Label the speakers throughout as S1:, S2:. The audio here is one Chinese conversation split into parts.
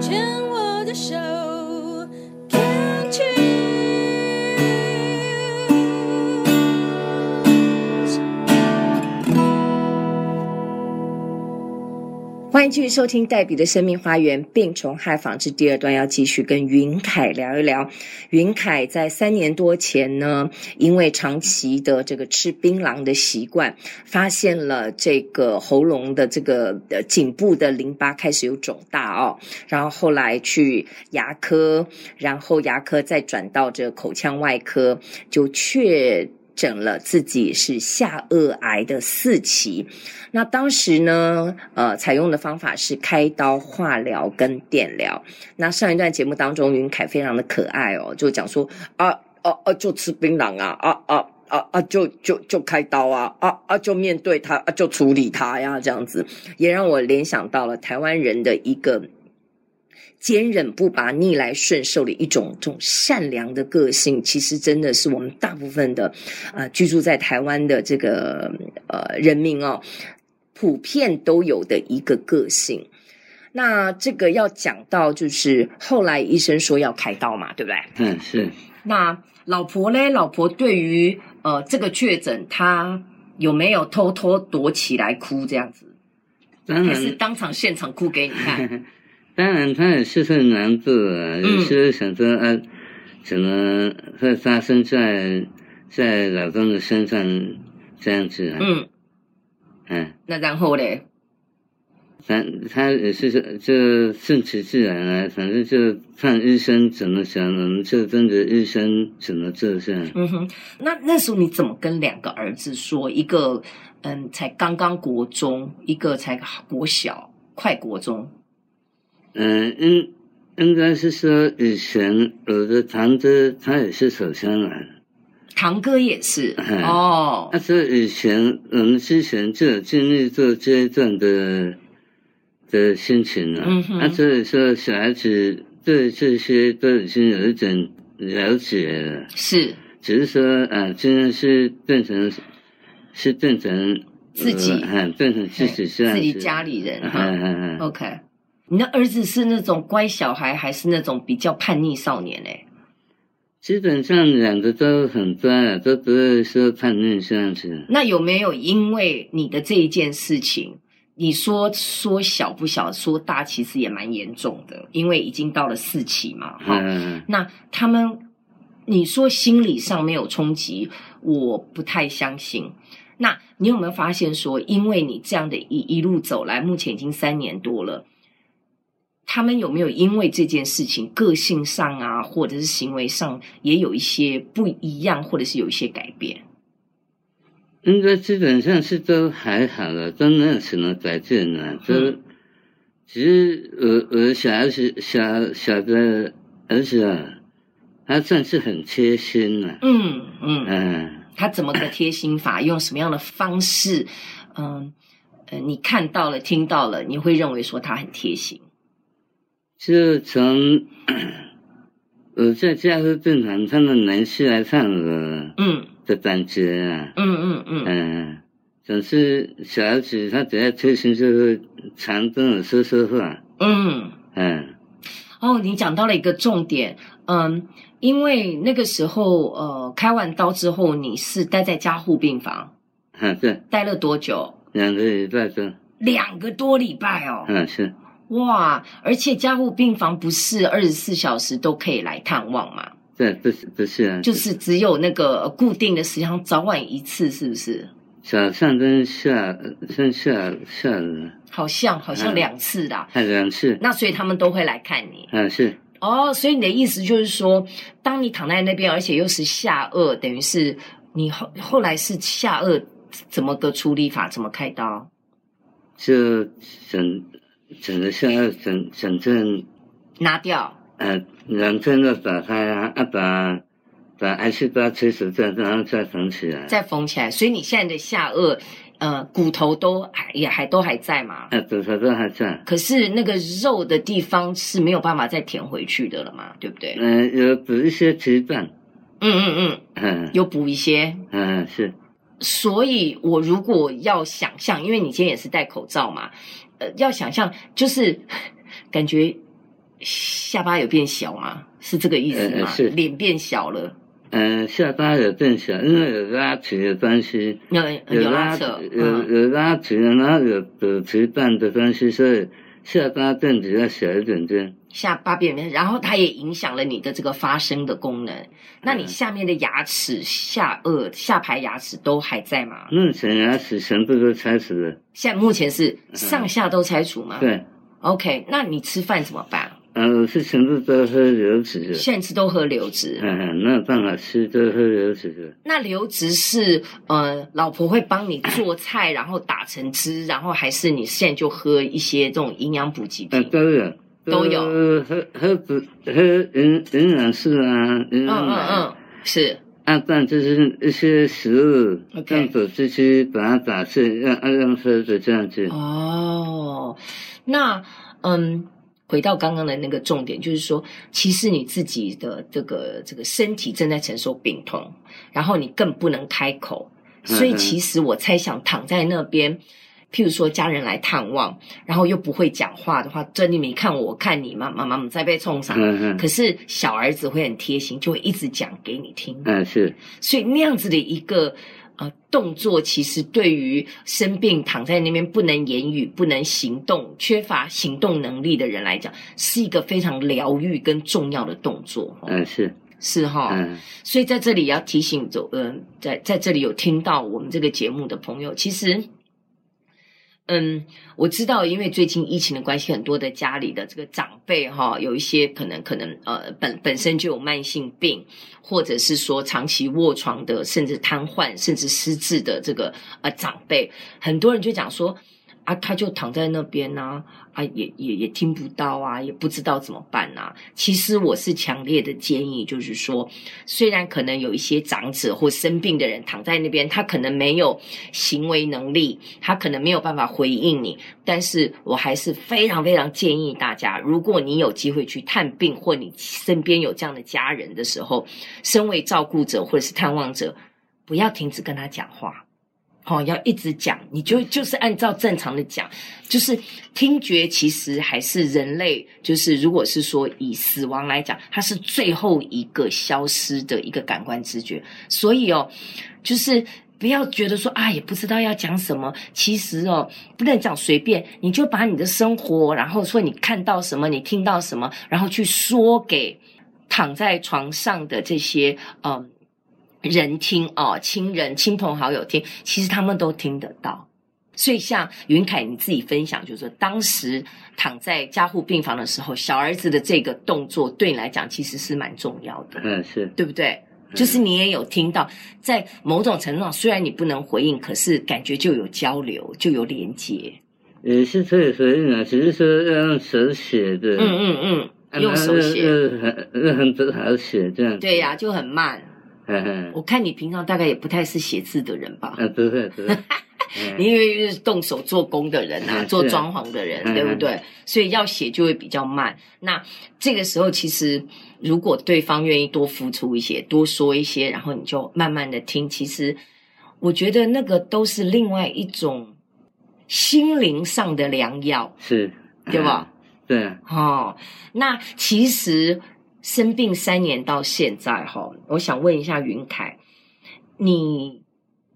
S1: 牵我的手，Can't you？
S2: 欢迎继续收听黛比的生命花园病虫害防治第二段，要继续跟云凯聊一聊。云凯在三年多前呢，因为长期的这个吃槟榔的习惯，发现了这个喉咙的这个呃颈部的淋巴开始有肿大哦，然后后来去牙科，然后牙科再转到这口腔外科，就确。诊了自己是下颚癌的四期，那当时呢，呃，采用的方法是开刀、化疗跟电疗。那上一段节目当中，云凯非常的可爱哦，就讲说啊啊啊，就吃槟榔啊啊啊啊啊，就就就开刀啊啊啊，就面对它啊，就处理它呀，这样子也让我联想到了台湾人的一个。坚韧不拔、逆来顺受的一种这种善良的个性，其实真的是我们大部分的，呃，居住在台湾的这个呃人民哦，普遍都有的一个个性。那这个要讲到，就是后来医生说要开刀嘛，对不对？
S3: 嗯，是
S2: 那老婆嘞？老婆对于呃这个确诊，她有没有偷偷躲起来哭这样子？
S3: 当
S2: 还是
S3: 然，
S2: 当场现场哭给你看？
S3: 当然他也是顺难度
S2: 嗯
S3: 啊，有时候想说啊，怎么会发生在在老公的身上这样子啊？
S2: 嗯，
S3: 嗯，
S2: 那然后嘞？
S3: 他他也是说就顺其自然啊，反正就看医生怎么想，我们就跟着医生怎么做这样。
S2: 嗯哼，那那时候你怎么跟两个儿子说？一个嗯，才刚刚国中，一个才国小，快国中。
S3: 嗯，应应该是说以前我的堂哥他也是啊手枪男。
S2: 堂哥也是
S3: 嗯
S2: 哦
S3: 那，所以以前我们之前就有经历过这一段的的心情了、
S2: 嗯哼
S3: 那所以说小孩子对这些都已经有一点了解了，
S2: 是
S3: 只是说啊，今天是变成是变成
S2: 自己
S3: 呃哎变成自己这样
S2: 自己
S3: 子，
S2: 家里人
S3: 哎，
S2: 哈。哦
S3: 哎哎
S2: OK，你的儿子是那种乖小孩，还是那种比较叛逆少年嘞？
S3: 基本上两个都很乖了，都不会说叛逆这样子。
S2: 那有没有因为你的这一件事情，你说说小不小，说大其实也蛮严重的，因为已经到了四期嘛，哈、
S3: 哎哎哎
S2: 那他们，你说心理上没有冲击，我不太相信。那你有没有发现说，因为你这样的一一路走来，目前已经三年多了，他们有没有因为这件事情，个性上啊，或者是行为上，也有一些不一样，或者是有一些改变？
S3: 应该基本上是都还好了，都没有什么改变了。就
S2: 嗯
S3: 其实我我小儿子小小的儿子啊，他算是很贴心啊了、
S2: 嗯嗯，
S3: 嗯，
S2: 他怎么个贴心法？用什么样的方式？嗯呃，你看到了，听到了，你会认为说他很贴心？
S3: 就从我在加护病房他们联系来看我的感觉啊，
S2: 嗯嗯嗯。嗯嗯
S3: 嗯，总是小儿子他只要贴心就会常跟我说说话，
S2: 嗯，
S3: 嗯
S2: 哦，你讲到了一个重点，嗯，因为那个时候，呃，开完刀之后，你是待在加护病房，
S3: 啊对，
S2: 待了多久？
S3: 两个礼拜多，
S2: 两个多礼拜哦，
S3: 啊是。
S2: 哇！而且加护病房不是二十四小时都可以来探望嘛，
S3: 对，不是不是啊，
S2: 就是只有那个呃固定的时间，早晚一次，是不是？
S3: 早上跟下跟下下午，
S2: 好像好像
S3: 嗯
S2: 两次啦，
S3: 还两次，
S2: 那所以他们都会来看你。
S3: 啊是，
S2: 哦，所以你的意思就是说，当你躺在那边，而且又是下颚，等于是你后后来是下颚怎么个处理法，怎么开刀？
S3: 就整整个下午整整阵，
S2: 拿掉？
S3: 呃，两阵都打开啊，啊把把 H 八吹死掉，然后再缝起来，
S2: 再缝起来？所以你现在的下颚，呃，骨头都还也还都还在嘛？
S3: 啊，骨头都还在，
S2: 可是那个肉的地方是没有办法再填回去的了嘛，对不对？
S3: 嗯、有补一些皮瓣，
S2: 嗯嗯嗯，
S3: 嗯、
S2: 有补一些。
S3: 嗯、是，
S2: 所以我如果要想象，因为你今天也是戴口罩嘛，呃，要想象就是 感觉下巴有变小吗？是这个意思
S3: 呃
S2: 吗？
S3: 呃是
S2: 脸变小了，
S3: 嗯、下巴有变小，因为有拉提的关系，
S2: 有有呃拉扯，
S3: 有
S2: 嗯，
S3: 有拉提的，然后有有提半的关系，所以下巴变比较小一点点。
S2: 下巴变变，然后它也影响了你的这个发声的功能。那
S3: 嗯
S2: 你下面的牙齿、下颚、下排牙齿都还在吗？
S3: 目前牙齿全部都拆除了，
S2: 现在目前是
S3: 嗯
S2: 上下都拆除吗？
S3: 对，
S2: OK，那你吃饭怎么办？
S3: 嗯、我是全部都喝流质的，
S2: 现在吃都喝流质，
S3: 嗯、没有办法吃，都喝流质的。
S2: 那流质是呃，老婆会帮你做菜，然后打成汁，然后还是你现在就喝一些这种营养补给
S3: 呃，
S2: 品？
S3: 都有，
S2: 都有
S3: 喝喝补喝营营养素啊，营
S2: 嗯嗯
S3: 养奶
S2: 嗯，是
S3: 啊，不然就是一些食物
S2: OK
S3: 让走进去把它打碎，让啊让喝的这样子。
S2: 哦。那嗯，回到刚刚的那个重点，就是说，其实你自己的这个这个身体正在承受病痛，然后你更不能开口，所以
S3: 嗯嗯
S2: 其实我猜想躺在那边。譬如说家人来探望，然后又不会讲话的话，真你没看我，我看你嘛，妈妈妈在被冲上，
S3: 嗯嗯
S2: 可是小儿子会很贴心，就会一直讲给你听。
S3: 嗯，是，
S2: 所以那样子的一个呃动作，其实对于生病躺在那边不能言语、不能行动、缺乏行动能力的人来讲，是一个非常疗愈跟重要的动作。哦
S3: 嗯是，
S2: 是哈、
S3: 嗯
S2: 所以在这里也要提醒走，嗯、在在这里有听到我们这个节目的朋友，其实，嗯，我知道，因为最近疫情的关系，很多的家里的这个长辈哈、有一些可能可能呃本本身就有慢性病，或者是说长期卧床的，甚至瘫痪，甚至失智的这个呃长辈，很多人就讲说。啊，他就躺在那边呐、啊，也也也听不到啊，也不知道怎么办啊呐、其实我是强烈的建议，就是说，虽然可能有一些长者或生病的人躺在那边，他可能没有行为能力，他可能没有办法回应你，但是我还是非常非常建议大家，如果你有机会去探病，或你身边有这样的家人的时候，身为照顾者或者是探望者，不要停止跟他讲话。哦，要一直讲，你就就是按照正常的讲，就是听觉其实还是人类，就是如果是说以死亡来讲，它是最后一个消失的一个感官知觉，所以哦，就是。不要觉得说啊，也不知道要讲什么。其实哦，不能讲随便，你就把你的生活，然后说你看到什么，你听到什么，然后去说给躺在床上的这些嗯人听哦，亲人、亲朋好友听，其实他们都听得到。所以，像云凯你自己分享，就是说，当时躺在加护病房的时候，小儿子的这个动作对你来讲其实是蛮重要的，
S3: 嗯是，
S2: 对不对？就是你也有听到，在某种程度上，虽然你不能回应，可是感觉就有交流，就有连接。
S3: 也呃是可以回应啊，只是说要用手写的，
S2: 嗯嗯
S3: 啊
S2: 嗯，用手
S3: 然
S2: 写，
S3: 后又又很又很不好写这样。
S2: 对呀、就很慢。
S3: 嗯嗯，
S2: 我看你平常大概也不太是写字的人吧？
S3: 啊不会 不会，嗯
S2: 你因为是动手做工的人啊，
S3: 嗯
S2: 做
S3: 是
S2: 装潢的人，
S3: 嗯
S2: 对不对？所以要写就会比较慢。那这个时候，其实如果对方愿意多付出一些，多说一些，然后你就慢慢的听，其实我觉得那个都是另外一种心灵上的良药。
S3: 是，
S2: 对吧
S3: 嗯？对啊，
S2: 哦，那其实生病三年到现在哈、我想问一下云凯，你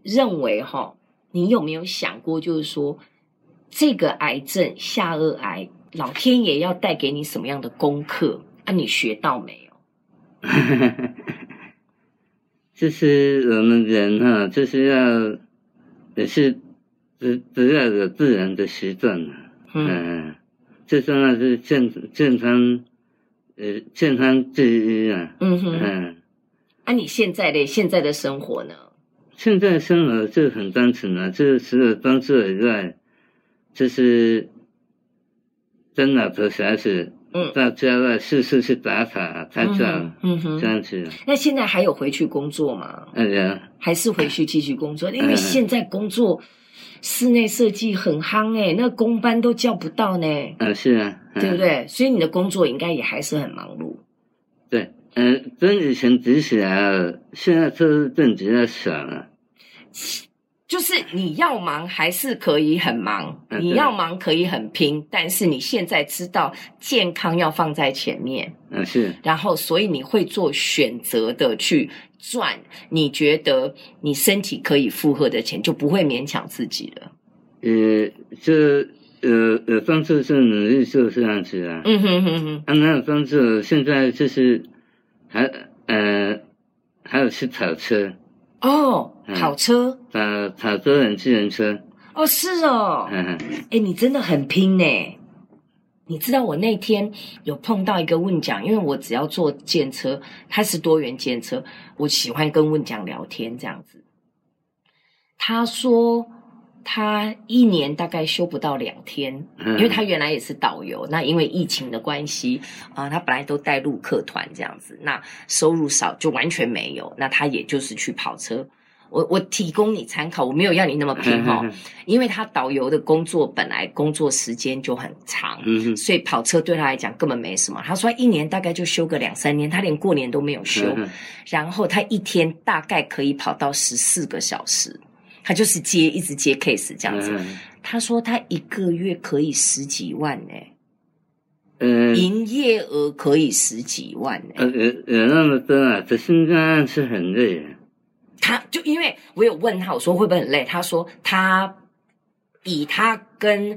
S2: 认为哈、你有没有想过，就是说这个癌症下颚癌，老天爷要带给你什么样的功课？啊，你学到没有？
S3: 就是我们人哈、就是要也是不不要有自然的习惯了、
S2: 嗯
S3: 嗯，最重要是健健康，呃，健康第一啊。
S2: 嗯哼，
S3: 嗯，
S2: 啊，你现在的现在的生活呢？
S3: 现在生活就很单纯啊了、就是除了工作以外，就是跟老婆小孩子
S2: 嗯
S3: 到郊外四处去打卡、拍
S2: 嗯
S3: 照，
S2: 哼嗯
S3: 这
S2: 哼，
S3: 样子。啊
S2: 那现在还有回去工作吗？
S3: 哎呀，
S2: 还是回去继续工作，因为
S3: 嗯
S2: 现在工作室内设计很夯哎、那工班都叫不到呢，
S3: 啊是啊，嗯
S2: 对不？对？所以你的工作应该也还是很忙碌。
S3: 对，嗯、啊跟以前比起来啊，现在特殊症比较少了、
S2: 就是你要忙还是可以很忙，
S3: 嗯
S2: 你要忙可以很拼，但是你现在知道健康要放在前面，
S3: 嗯是，
S2: 然后所以你会做选择的去赚你觉得你身体可以负荷的钱，就不会勉强自己了。
S3: 呃这呃呃方式是努力做这样子啊，
S2: 嗯哼哼哼，
S3: 按那个方式现在就是还呃还有去跑车，
S2: 哦，
S3: 嗯
S2: 跑车，
S3: 跑跑多人自行车，
S2: 哦是哦，
S3: 嗯嗯
S2: 哎、你真的很拼呢、你知道我那天有碰到一个问讲，因为我只要坐电车，它是多元电车，我喜欢跟问讲聊天这样子。他说他一年大概休不到两天，
S3: 嗯，
S2: 因为他原来也是导游，那因为疫情的关系啊、呃他本来都带陆客团这样子，那收入少就完全没有，那他也就是去跑车。我我提供你参考，我没有要你那么
S3: 嗯
S2: 拼哦，因为他导游的工作本来工作时间就很长，
S3: 嗯哼
S2: 所以跑车对他来讲根本没什么。他说他一年大概就休个两三天，他连过年都没有休，
S3: 嗯
S2: 然后他一天大概可以跑到十四个小时，他就是接一直接 case 这样子。
S3: 嗯
S2: 他说他一个月可以十几万呢、
S3: 呃
S2: 营业额可以十几万呢、
S3: 呃呃呃那么多啊，这新疆是很累啊的，
S2: 他就因为我有问他，我说会不会很累？他说他以他跟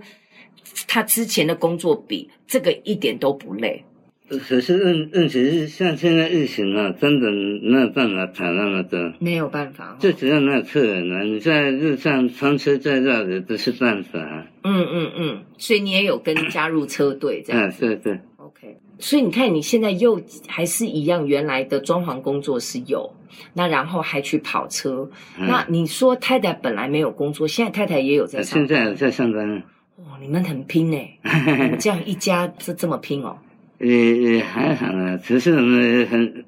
S2: 他之前的工作比，这个一点都不累。
S3: 呃可是问问题是像现在疫情啊，真的没有办法跑那么多。
S2: 没有办法、哦
S3: 就只要那客人啊，你在路上风吹再绕也不是办法啊。
S2: 嗯嗯嗯，所以你也有跟加入车队这样
S3: 嗯，
S2: 子、
S3: 对对，
S2: o k 所以你看，你现在又还是一样，原来的装潢工作是有，那然后还去跑车。
S3: 嗯
S2: 那你说太太本来没有工作，现在太太也有在上
S3: 啊现
S2: 班。
S3: 在有在上班了，啊
S2: 哇，你们很拼呢、 你们这样一家这这么拼哦。
S3: 也也还好啊。只是我们也很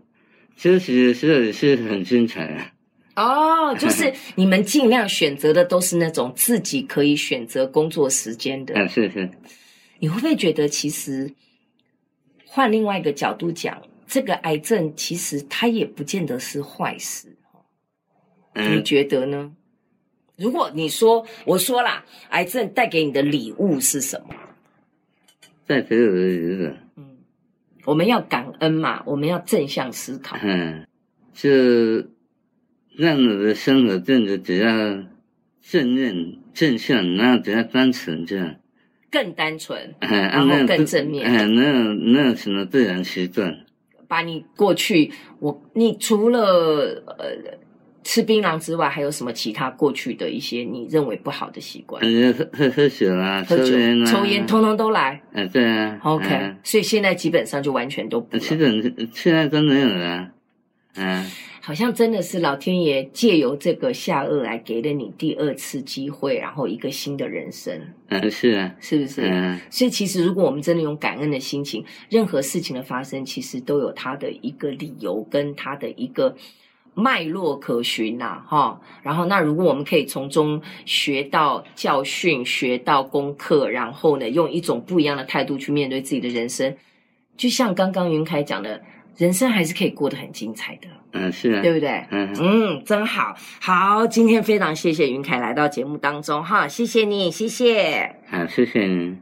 S3: 休息的时候也是很精彩啊。
S2: 哦， 就是你们尽量选择的都是那种自己可以选择工作时间的。
S3: 啊，是是，
S2: 你会不会觉得，其实换另外一个角度讲，这个癌症其实它也不见得是坏事？你
S3: 嗯，
S2: 觉得呢？如果你说我说啦，癌症带给你的礼物是什么？
S3: 在陪我的日子，
S2: 嗯，我们要感恩嘛，我们要正向思考。
S3: 嗯，就让我的生活变得比较正面、正向，然后比较单纯这样。
S2: 更单纯，
S3: 嗯，
S2: 后
S3: 然
S2: 更正面
S3: 嗯，没有没有什么不良习惯。
S2: 把你过去我你除了呃吃槟榔之外，还有什么其他过去的一些你认为不好的习惯？
S3: 呃，喝喝喝酒啊，
S2: 喝酒、
S3: 抽烟啊，
S2: 抽烟，通通都来。
S3: 哎，对啊
S2: OK，、
S3: 嗯
S2: 所以现在基本上就完全都不
S3: 基
S2: 了。
S3: 本现在都没有了，嗯，
S2: 好像真的是老天爷借由这个下颚来给了你第二次机会，然后一个新的人生，
S3: 嗯，是啊，
S2: 是不是？
S3: 嗯，
S2: 所以，其实如果我们真的用感恩的心情，任何事情的发生，其实都有它的一个理由跟它的一个脉络可循呐、哈。然后，那如果我们可以从中学到教训，学到功课，然后呢，用一种不一样的态度去面对自己的人生，就像刚刚云凯讲的，人生还是可以过得很精彩的，
S3: 嗯，是啊，
S2: 对不对？
S3: 嗯，
S2: 嗯，真好，好，今天非常谢谢云凯来到节目当中哈，谢谢你，谢谢。
S3: 好，谢谢你。